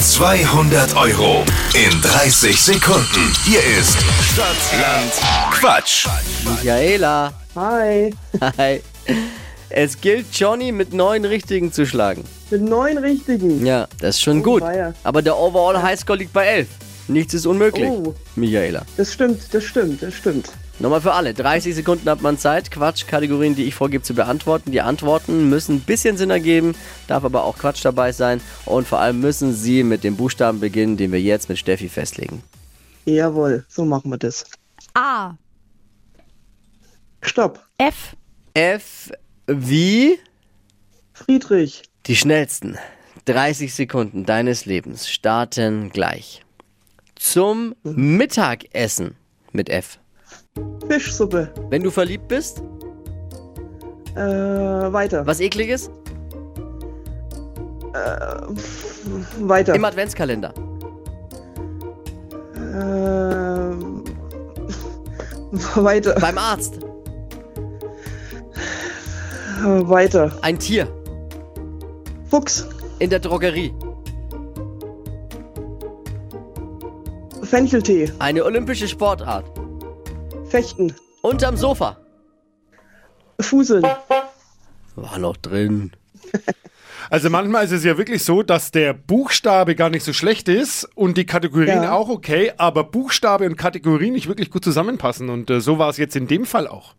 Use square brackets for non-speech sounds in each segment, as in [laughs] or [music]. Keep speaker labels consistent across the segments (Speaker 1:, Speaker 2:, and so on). Speaker 1: 200 Euro in 30 Sekunden. Hier ist Stadtland Quatsch.
Speaker 2: Michaela,
Speaker 3: Hi.
Speaker 2: hi. Es gilt, Johnny mit neun Richtigen zu schlagen.
Speaker 3: Mit neun richtigen.
Speaker 2: Ja, das ist schon gut.
Speaker 3: weia.
Speaker 2: Aber der Overall Highscore liegt bei elf. Nichts ist unmöglich.
Speaker 3: Oh.
Speaker 2: Michaela.
Speaker 3: Das stimmt, das stimmt, das stimmt.
Speaker 2: Nochmal für alle. 30 Sekunden hat man Zeit, Quatschkategorien, die ich vorgebe, zu beantworten. Die Antworten müssen ein bisschen Sinn ergeben, darf aber auch Quatsch dabei sein. Und vor allem müssen sie mit dem Buchstaben beginnen, den wir jetzt mit Steffi festlegen.
Speaker 3: Jawohl, so machen wir das.
Speaker 4: A.
Speaker 3: Stopp.
Speaker 4: F.
Speaker 2: F wie
Speaker 3: Friedrich.
Speaker 2: Die schnellsten 30 Sekunden deines Lebens starten gleich. Zum Mittagessen mit F.
Speaker 3: Fischsuppe.
Speaker 2: Wenn du verliebt bist,
Speaker 3: Äh, weiter.
Speaker 2: was ekliges?
Speaker 3: Weiter.
Speaker 2: Im Adventskalender.
Speaker 3: Ähm, [laughs] weiter.
Speaker 2: Beim Arzt.
Speaker 3: Äh, weiter.
Speaker 2: Ein Tier.
Speaker 3: Fuchs.
Speaker 2: In der Drogerie.
Speaker 3: Fencheltee.
Speaker 2: Eine olympische Sportart.
Speaker 3: Fechten.
Speaker 2: Unterm Sofa.
Speaker 3: Fuseln.
Speaker 2: War noch drin.
Speaker 5: Also manchmal ist es ja wirklich so, dass der Buchstabe gar nicht so schlecht ist und die Kategorien
Speaker 3: Ja.
Speaker 5: auch okay, aber Buchstabe und Kategorien nicht wirklich gut zusammenpassen. Und äh, so war es jetzt in dem Fall auch.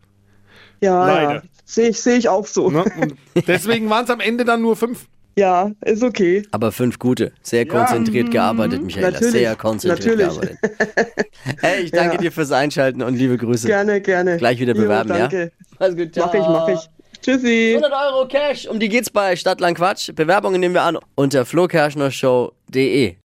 Speaker 3: Ja, ja.
Speaker 5: Leider.
Speaker 3: Sehe ich, sehe ich auch so.
Speaker 5: Ne? Und deswegen waren es am Ende dann nur fünf.
Speaker 3: Ja, ist okay.
Speaker 2: Aber fünf gute. Sehr konzentriert gearbeitet, Michaela.
Speaker 3: Mhm. Natürlich.
Speaker 2: Sehr konzentriert
Speaker 3: Natürlich.
Speaker 2: gearbeitet. Hey, ich danke
Speaker 3: Ja.
Speaker 2: dir fürs Einschalten und liebe Grüße.
Speaker 3: Gerne, gerne.
Speaker 2: Gleich wieder bewerben,
Speaker 3: jo,
Speaker 2: ja?
Speaker 3: danke.
Speaker 2: Mach's gut,
Speaker 3: Mach ich,
Speaker 2: ciao.
Speaker 3: mach ich. Tschüssi.
Speaker 2: 100 Euro Cash. Um die geht's bei Stadtland Quatsch. Bewerbungen nehmen wir an unter flokerschnershow.de.